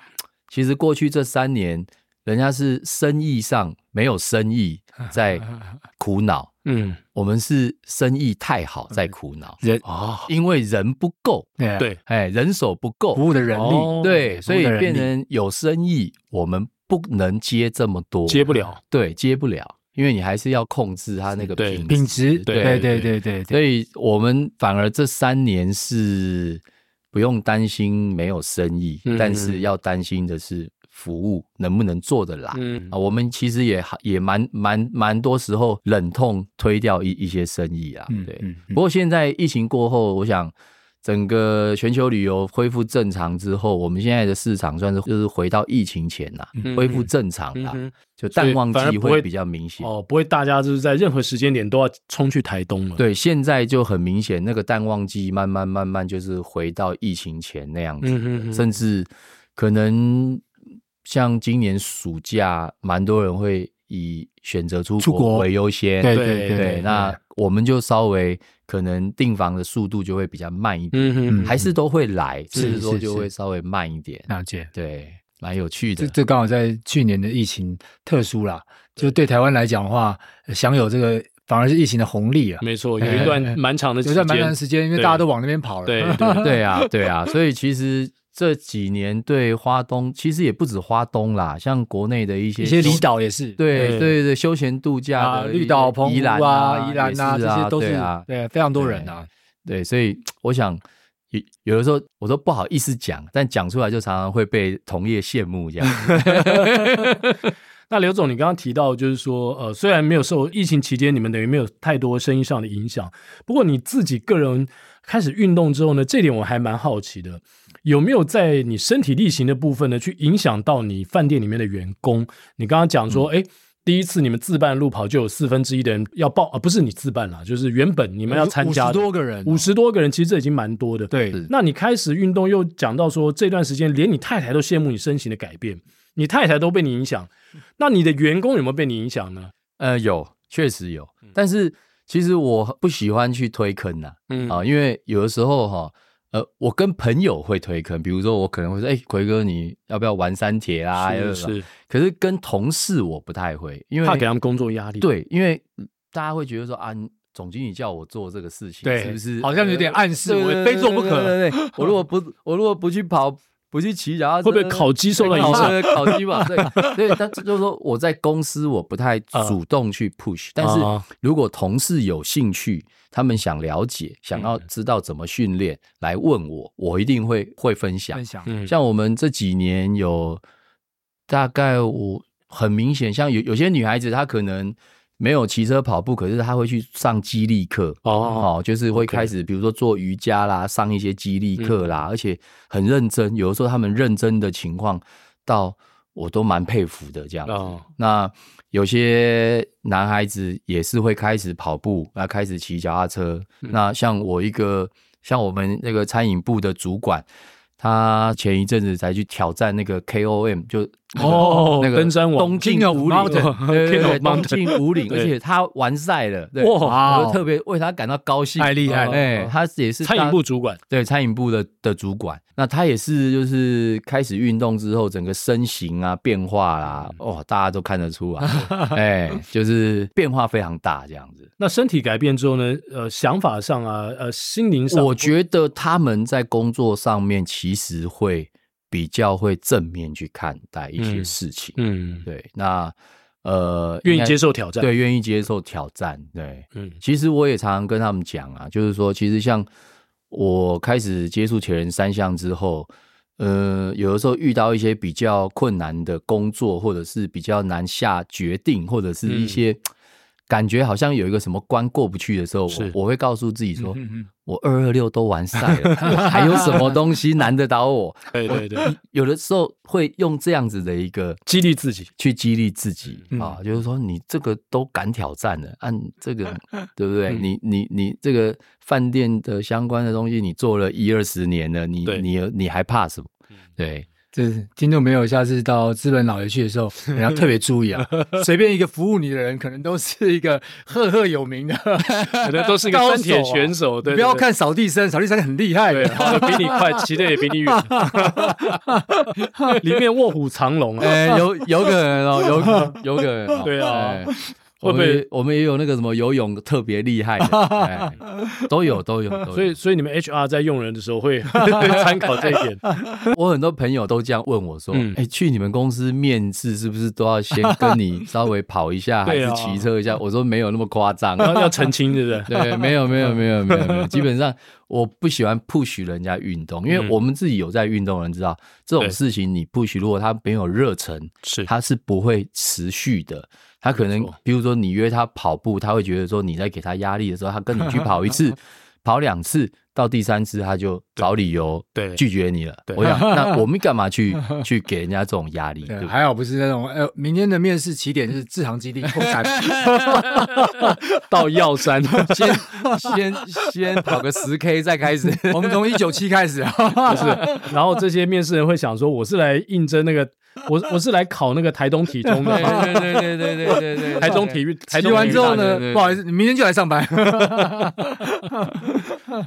其实过去这三年，人家是生意上没有生 *laughs* 意在苦恼，嗯，我们是生意太好在苦恼，人啊，因为人不够，对啊对，哎，人手不够，服务的人力，哦对，所以服务的人变力成有生意，我们不能接这么多，接不了，对，接不了，因为你还是要控制它那个对品品质，对对对对对对对，所以我们反而这三年是不用担心没有生意，嗯但是要担心的是服务能不能做得来。嗯啊，，我们其实也也蛮蛮蛮多时候忍痛推掉一一些生意啊，嗯对。嗯不过现在疫情过后，我想整个全球旅游恢复正常之后，我们现在的市场算是就是回到疫情前啦、嗯恢复正常嗯啦、哼就淡旺所以反季而不会会比较明显。哦，不会，大家就是在任何时间点都要冲去台东了，，对，现在就很明显，那个淡旺季慢慢慢慢就是回到疫情前那样子的，嗯哼哼甚至可能像今年暑假，蛮多人会以选择出出国国为优先。对对对对，那我们就稍微可能订房的速度就会比较慢一点，嗯哼，还是都会来，只是是说是就是会稍微慢一点。了解。对，蛮有趣这的。这刚好在去年的疫情特殊啦，就对台湾来讲的话，呃享有这个反而是疫情的红利啊，没哎错，有一段蛮长的时有在间，蛮长时间，因为对大家都往那边跑了。对对对啊，对啊，所以其实这几年对花东，其实也不止花东啦，像国内的一些一些休离，岛也是，对对对对，休闲度假啊，的绿岛、澎宜兰湖啊、宜兰啊，也是这些都对是啊，对非常多人啊。对，所以我想有有的时候我都不好意思讲，但讲出来就常常会被同业羡慕这样 *laughs* 子。那刘总，你刚刚提到就是说，呃，虽然没有受疫情期间你们等于没有太多生意上的影响，不过你自己个人开始运动之后呢，这点我还蛮好奇的，有没有在你身体力行的部分呢，去影响到你饭店里面的员工？你刚刚讲说，嗯哎、第一次你们自办路跑就有四分之一的人要报啊，不是你自办啦，就是原本你们要参加五十的多个人，啊五十多个人，其实这已经蛮多的。对，那你开始运动，又讲到说这段时间，连你太太都羡慕你身形的改变，你太太都被你影响，那你的员工有没有被你影响呢？呃，有，确实有，嗯但是其实我不喜欢去推坑呐、啊，嗯因为有的时候哈、呃，我跟朋友会推坑，比如说我可能会说，哎、奎哥，你要不要玩三铁啊？要不要是是，可是跟同事我不太会，因为怕给他们工作压力。，对，因为大家会觉得说啊，你总经理叫我做这个事情，对是不是呃好像有点暗示对我对非对做不可 *laughs* 对对对，我如果不，我如果不去跑，不去骑脚踏车，会不会烤鸡受到影响？对烤鸡嘛，对对，但这就是说我在公司我不太嗯主动去 push，但是啊如果同事有兴趣，他们想了解，嗯想要知道怎么训练，来问我，我一定会会分享分。享嗯，像我们这几年有大概我很明显，像有有些女孩子她可能没有骑车跑步，可是她会去上肌力课哦，哦，就是会 OK 嗯开始比如说做瑜伽啦，上一些肌力课啦，而且很认真，有的时候他们认真的情况到我都蛮佩服的这样子。哦那有些男孩子也是会开始跑步，那开始骑脚踏车。嗯那像我一个，像我们那个餐饮部的主管，他前一阵子才去挑战那个 KOM，就那个哦那个登山王东进 King of 五岭， Mountain 对对 King of 对，东 Mountain 进五岭，对而且他完赛了，对，哇我就特别为他感到高兴，太厉害了哎，他也是餐饮当部主管对餐饮部的的主管，那他也是就是开始运动之后，整个身形啊变化啦，嗯哦，大家都看 *laughs* 得出来，哎，就是变化非常大这样子。那身体改变之后呢？呃，想法上啊，呃，心灵上，我觉得他们在工作上面其实会比较会正面去看待一些嗯事情，嗯，对，那呃，愿应意该接受挑战。，对，愿意接受挑战，对，嗯其实我也常常跟他们讲啊，就是说，其实像我开始接触铁人三项之后，呃，有的时候遇到一些比较困难的工作，或者是比较难下决定，或者是一些、嗯感觉好像有一个什么关过不去的时候，是嗯我我会告诉自己说，我二二六都完赛了，我还有什么东西难得倒我？对对对，有的时候会用这样子的一个激励自己。嗯去激励自己、啊，就是说你这个都敢挑战了，按、这 *laughs* 个对嗯不对？你你你这个饭店的相关的东西，你做了一二十年了，你对嗯你你还怕什么？对，这是听众朋友，下次到资本老爷去的 *laughs* 时候，你要特别注意啊！随便一个服务你的人，可能都是一个赫赫有名的高手啊，可能都是一个山铁选手哦对对不要对看扫地僧，扫地僧很厉害对，啊的。跑得比你 *laughs* 快，骑得也比你远，里面卧虎藏龙啊！哎、有有可能哦，有有可能、哦， *laughs* 对啊哎会我不会们也我们也有那个什么游泳特别厉 *laughs* 害的，哎都有都有都有。所以，所以你们 HR 在用人的时候 *laughs* 会会参考这一点。 *laughs* 我很多朋友都这样问我说：“哎、嗯去你们公司面试是不是都要先跟你稍微跑一下，还 *laughs* 对是啊骑车一下？”我说：“没有那么夸张。啊要要澄清，对不 *laughs* *laughs* 对？对，没有没有没有没有没有，基本上我不喜欢 push 人家运动，因为嗯我们自己有在运动的人知道，这种对事情你 push 如果他没有热忱，是他是不会持续的。他可能没错比如说你约他跑步，他会觉得说你在给他压力的时候，他跟你去跑 *laughs* 一次，跑两次，到第三次他就找理由对拒绝你了。对我想， *laughs* 那我们干嘛去去给人家这种压力？对，对啊不啊对？还好不是那种，呃，明天的面试起点就是制航 *laughs* 基地后山，到药山，先先先跑个十 K 再 *laughs* 开始。我们从一九七开始啊，不是。然后这些面试人会想说，我是来应征那个我我是来考那个台东体中的，对对对对对对 *laughs* 对，台中体育，台洗中完体育之大后学呢对对，不好意思，你明天就来上班。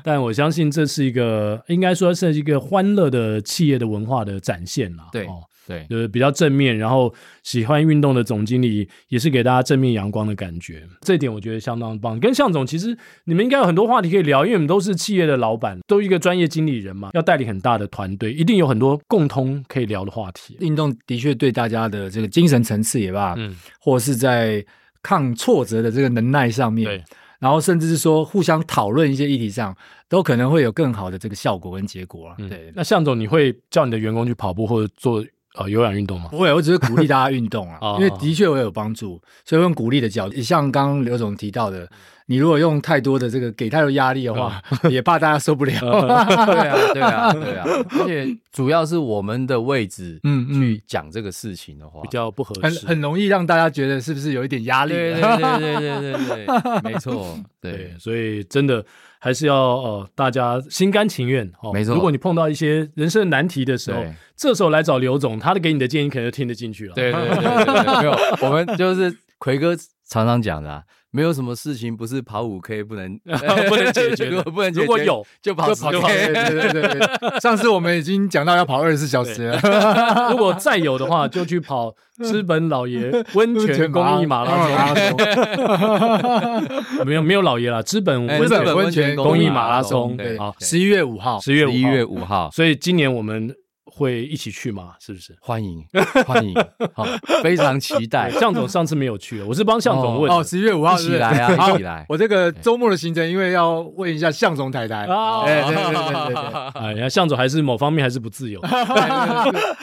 但我相信这是一个，应该说是一个欢乐的企业的文化的展现啦。对哦，对，就是比较正面，然后喜欢运动的总经理也是给大家正面阳光的感觉，这一点我觉得相当棒。跟向总，其实你们应该有很多话题可以聊，因为你们都是企业的老板，都一个专业经理人嘛，要带领很大的团队，一定有很多共通可以聊的话题。运动的确对大家的这个精神层次也罢，嗯或是在抗挫折的这个能耐上面对，然后甚至是说互相讨论一些议题上，都可能会有更好的这个效果跟结果啊。对，那向总，你会叫你的员工去跑步或者做呃有氧运动吗？，不会，我只是鼓励大家运动 *laughs* 啊哦因为的确我有帮助，所以我用鼓励的角度。像刚刚刘总提到的，你如果用太多的这个给太多压力的话， *laughs* 也怕大家受不 *laughs* 了。对啊，对啊，对啊，而且主要是我们的位置， *laughs* 嗯嗯去讲这个事情的话，比较不合很适，很容易让大家觉得是不是有一点压力？对对对对对对对，没错，对对，，所以真的还是要呃，大家心甘情愿哦。没错如果你碰到一些人生的难题的时候对，这时候来找刘总，他的给你的建议可能就听得进去了。对对对对对，没有，我们就是奎哥常常讲的、啊，没有什么事情不是跑五 K 不能 *laughs* *laughs* 不能解决的 *laughs* 如果不能解如决，果有就跑十 K，对 *laughs* 对对对对，上次我们已经讲到要跑二十四小时了，如果再有的话，就去跑资本老 *laughs* 爷温泉公益马拉拉松，松。没有没有老爷啦，资本 *laughs* 哎温资泉本温泉公益马拉松。对好，十一月五号，十月一月五五号号，。所以今年我们会一起去嘛？是不是？哎 *laughs* 欢迎欢迎，好，非常期待，向总上次没有去，我是帮向总问的哦，十一月五号一起来啊是不是一起来 *laughs* 好我这个周末的行程，因为要问一下向总太太，啊哦哎，对对对对对对。哎呀，向总还是某方面还是不自由。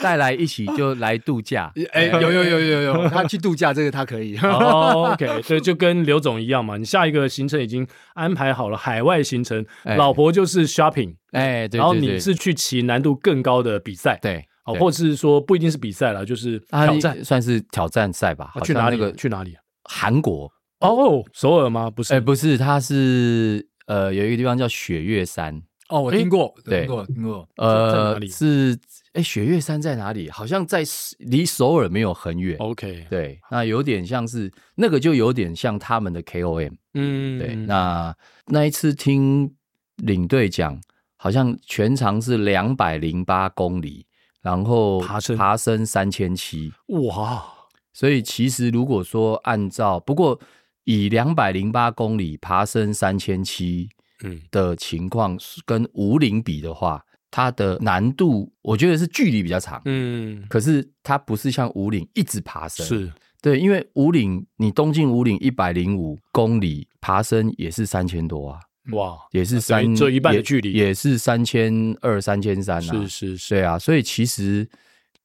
带来一起就来度 *laughs* 假， *laughs* 哎，有有有有有，他去度假这个他可以， *laughs* 哦、o k *laughs* 对，就跟刘总一样嘛，你下一个行程已经安排好了，海外行程，哎老婆就是 shopping，哎，对，然后对你对是去骑难度更高的比赛，，对，哦，对或者是说不一定是比赛了，就是啊挑战，啊算是挑战赛吧，好去像哪里？那个去哪里？啊韩国，哦，首尔吗？不是，哎，不是，它是呃有一个地方叫雪月山，哦，我听过，我对听过，听过，在哪呃里是哎雪月山在哪里？好像在离首尔没有很远， OK，对，那有点像是那个就有点像他们的 KOM，嗯，对，那那一次听领队讲，好像全长是两百零八公里，然后爬升爬升三千七，哇，所以其实如果说按照不过以两百零八公里爬升三千七嗯的情况跟五岭比的话，它的难度我觉得是距离比较长，嗯，可是它不是像五岭一直爬升，是对，因为五岭你东进五岭一百零五公里爬升也是三千多啊。哇，也是等于三，只有一半的也距离也是三千二、三千三啊。是是是，对啊，所以其实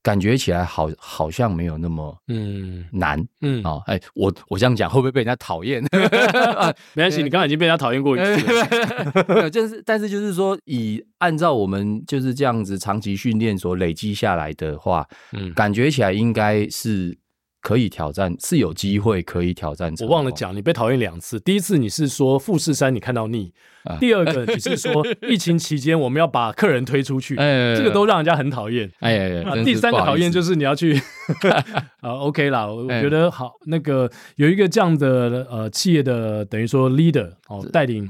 感觉起来好好像没有那么嗯难嗯，哦。哎，我我这样讲会不会被人家讨厌？没关系，你刚才已经被人家讨厌过一 *laughs* 次了，没有就是但是就是说，以按照我们就是这样子长期训练所累积下来的话，嗯。感觉起来应该是可以挑战，是有机会可以挑战我成功。忘了讲，你被讨厌两次。第一次你是说富士山你看到腻，啊第二个你是说疫情期间我们要把客人推出去， *laughs* 哎，这个都让人家很讨厌。哎哎，啊真是第三个不好讨意厌思就是你要 *laughs* 去 *laughs* 啊，OK 啦，我我哎觉得好，那个有一个这样的呃企业的等于说 leader 哦，带 *laughs* 领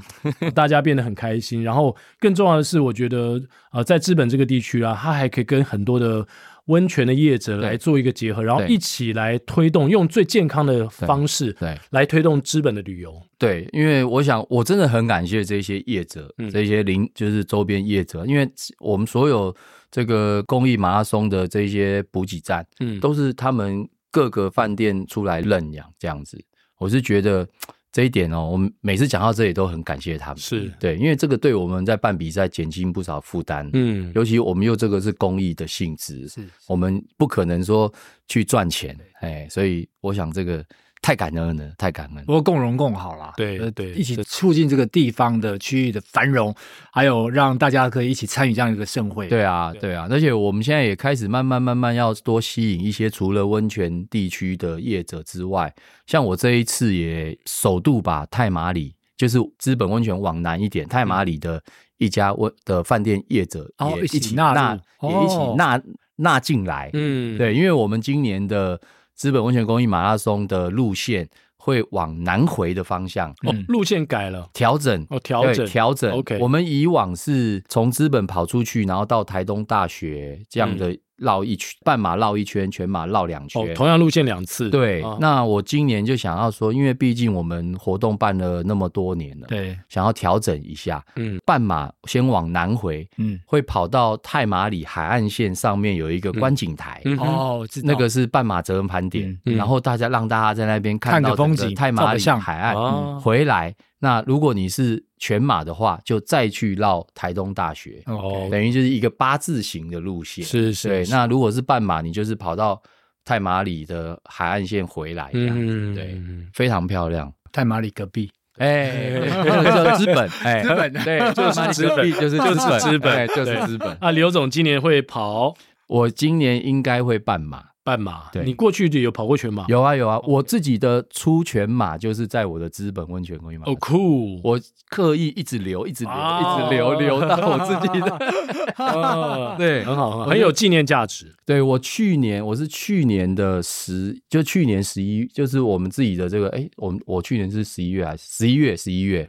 大家变得很开心。然后更重要的是，我觉得呃在资本这个地区啊，它还可以跟很多的温泉的业者来做一个结合，然后对一起来推动，用最健康的方式对。来推动资本的旅游。对，因为我想，我真的很感谢这些业者，嗯这些零就是周边业者，因为我们所有这个公益马拉松的这些补给站，嗯都是他们各个饭店出来认养这样子。我是觉得这一点哦，我们每次讲到这里都很感谢他们，是对，因为这个对我们在办比赛减轻不少负担，嗯尤其我们又这个是公益的性质，是我们不可能说去赚钱，哎，所以我想这个太感恩了，太感恩了不。过共荣共好啦，对呃对一起促进这个地方的区域的繁荣，还有让大家可以一起参与这样一个盛会，对啊，对啊，而且我们现在也开始慢慢慢慢要多吸引一些除了温泉地区的业者之外，像我这一次也首度把泰马里，就是资本温泉往南一点泰马里的一家温的饭店业者哦也一一起起纳纳入也一起哦纳纳进来。嗯，对，因为我们今年的资本温泉公益马拉松的路线会往南回的方向哦，路线改了，调整。哦，调整对调整。 OK 我们以往是从资本跑出去，然后到台东大学这样的绕一圈，半马绕一圈，全马绕两圈。嗯哦，同样路线两次，对，啊那我今年就想要说，因为毕竟我们活动办了那么多年了，对，想要调整一下。嗯，半马先往南回，嗯，会跑到太马里海岸线上面有一个观景台，嗯哼哦，我知道那个是半马折痕盘点，嗯然后大家让大家在那边看到个风整个景太照马个里相海岸、哦回来。那如果你是全马的话，就再去绕台东大学，哦 OK，等于就是一个八字形的路线。是是对，是，那如果是半马，你就是跑到太马里的海岸线回来这样子，嗯对，非常漂亮。太马里隔壁，哎，那个叫资本，哎，资本啊对，就是资本，就是就是资本哎就是对资本。啊，刘总今年会跑我今年应该会半马，半马，对你过去就有跑过全马，有啊有啊，我自己的出全马就是在我的资本温泉公益马拉哦松，酷，我刻意一直留，一直留，哦一直留，留到我自 *laughs* 己的。哦对很好，很好很有纪念价值，对我去年我是去年的十，就去年十一，就是我们自己的这个，哎，我们我去年是十一月还是十一月？十一月。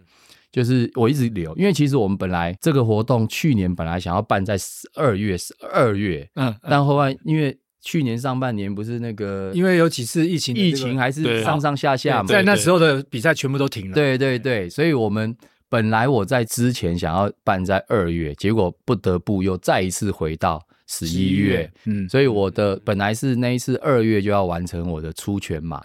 就是我一直留，因为其实我们本来这个活动去年本来想要办在十二月，十二月，嗯，但后来因为去年上半年不是那个因为有几次疫情的这疫个，情还对啊是上上下下嘛，在那时候的比赛全部都停了，，对对对，所以我们本来我在之前想要办在二月，结果不得不又再一次回到十一月，嗯，所以我的本来是那一次二月就要完成我的出全马，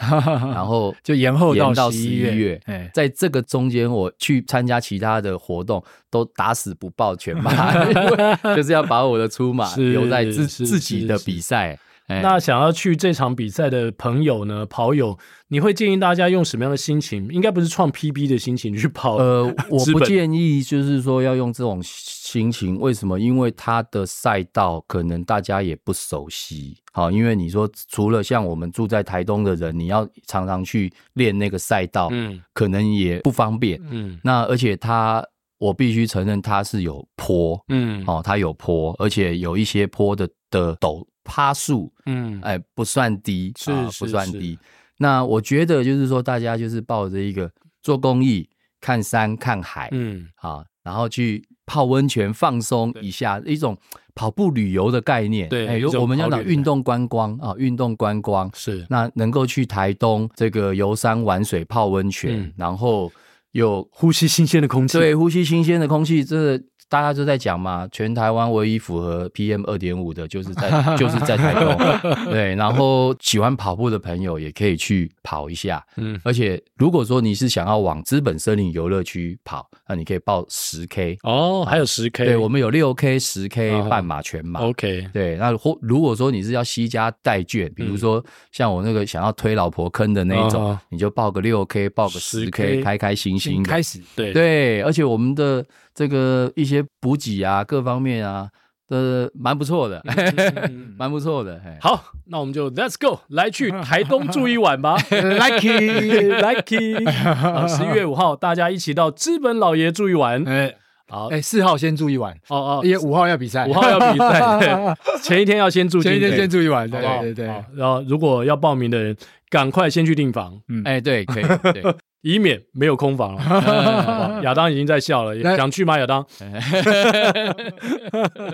然后就延后延到到11 11月月哎在这个中间，我去参加其他的活动，都打死不报全马， *laughs* 因为就是要把我的出马是留在自是自己的比赛。哎那想要去这场比赛的朋友呢，跑友，你会建议大家用什么样的心情？应该不是创 PB 的心情去 *laughs* 跑，呃，我资不本建议，就是说要用这种心情。为什么？因为它的赛道可能大家也不熟悉。好，因为你说除了像我们住在台东的人，你要常常去练那个赛道，嗯可能也不方便。嗯那而且它，我必须承认它是有坡，嗯哦，它有坡，而且有一些坡的的陡趴数，嗯，哎，不算低，是啊是不算是低。那我觉得就是说，大家就是抱着一个做公益、看山、看海，嗯啊，然后去泡温泉放松一下，一种跑步旅游的概念。对哎一有种我们跑要讲旅的运动观光啊，运动观光。是那能够去台东这个游山玩水、泡温泉，嗯然后又呼吸新鲜的空气， *laughs* 对，呼吸新鲜的空气，这大家都在讲嘛，全台湾唯一符合 PM 二点五的，就 *laughs* 是在就是在台东。对，然后喜欢跑步的朋友也可以去跑一下。嗯而且，如果说你是想要往资本森林游乐区跑，那你可以报十 K。哦，还有十 K，对，我们有六 K、十 K 嗯半马、全马。 OK，对，那或如果说你是要惜家带眷，嗯比如说像我那个想要推老婆坑的那一种，啊嗯你就报个六 K，报个十 10K 开开心心请的。开始对对，而且我们的这个一些补给啊，各方面啊，呃，蛮不错嗯的， *laughs* 蛮不错的。嘿好，那我们就 Let's go，来去台东住一晚吧，Lucky， ，Lucky，十一月五号大家一起到资本老爷住一晚，哎 *laughs* 好，哎，四号先住一晚，哦哦，因为五号要比赛，五号要比赛，对前一天要先住进 *laughs* 前一去，天先住一晚，好对不好对对好对，然后如果要报名的人，赶快先去订房，嗯哎，对，可以，对，以免没有空 *laughs* 房了。好不好亚当已经在笑了，那想去吗？亚当，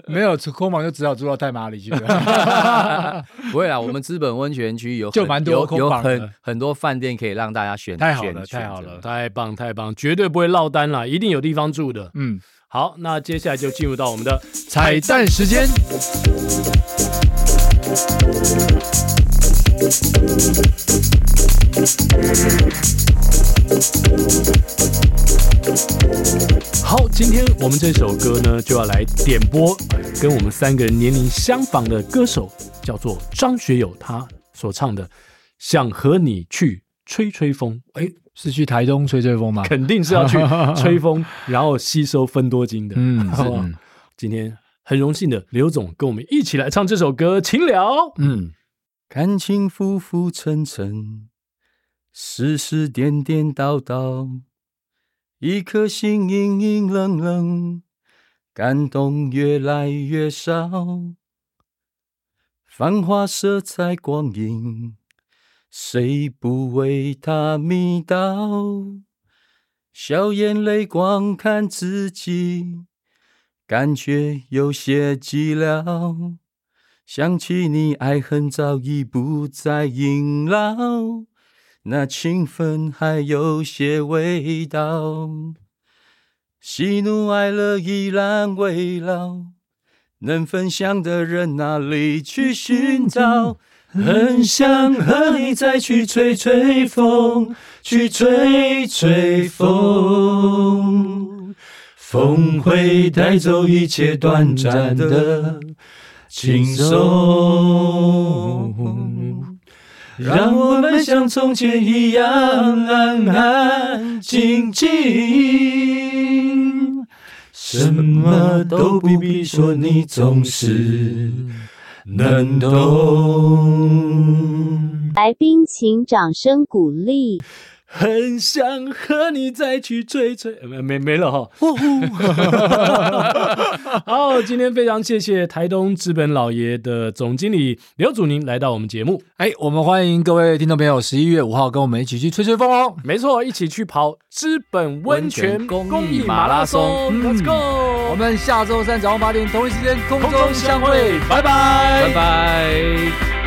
没有空房就只好住到太马里去 *laughs* 了， *laughs* 不会啦，我们资本温泉区有就很蛮多有空有房很的很多饭店可以让大家选，太好选了太好了。太棒太棒，绝对不会落单啦，一定有地方住的。嗯，好，那接下来就进入到我们的彩蛋时间，好，今天我们这首歌呢就要来点播跟我们三个人年龄相仿的歌手，叫做张学友，他所唱的《想和你去吹吹风》。是去台东吹吹风吗？肯定是要去吹 *laughs* 风，然后吸收芬多精的。嗯好不好今天很荣幸的刘总跟我们一起来唱这首歌，请了。嗯，感情浮浮沉沉，世事颠颠倒倒，一颗心阴阴冷冷，感动越来越少。繁华色彩光影，谁不为它迷倒？笑眼泪光看自己，感觉有些寂寥。想起你，爱恨早已不再萦绕，那情分还有些味道。喜怒哀乐依然围绕，能分享的人哪里去寻找？很想和你再去吹吹风，去吹吹风，风会带走一切短暂的轻松。让我们像从前一样安安静静，什么都不必说，你总是能懂。来宾请掌声鼓励。很想和你再去追追，呃没没了哈。 *laughs* 好，今天非常谢谢台东资本老爷的总经理刘祖宁来到我们节目。哎，我们欢迎各位听众朋友，十一月五号跟我们一起去吹吹风哦。没错，一起去跑资本温泉温泉公益益马拉松马拉，Let's 嗯 go！我们下周三早上八点同一时间空中相空中相会会，拜拜拜拜。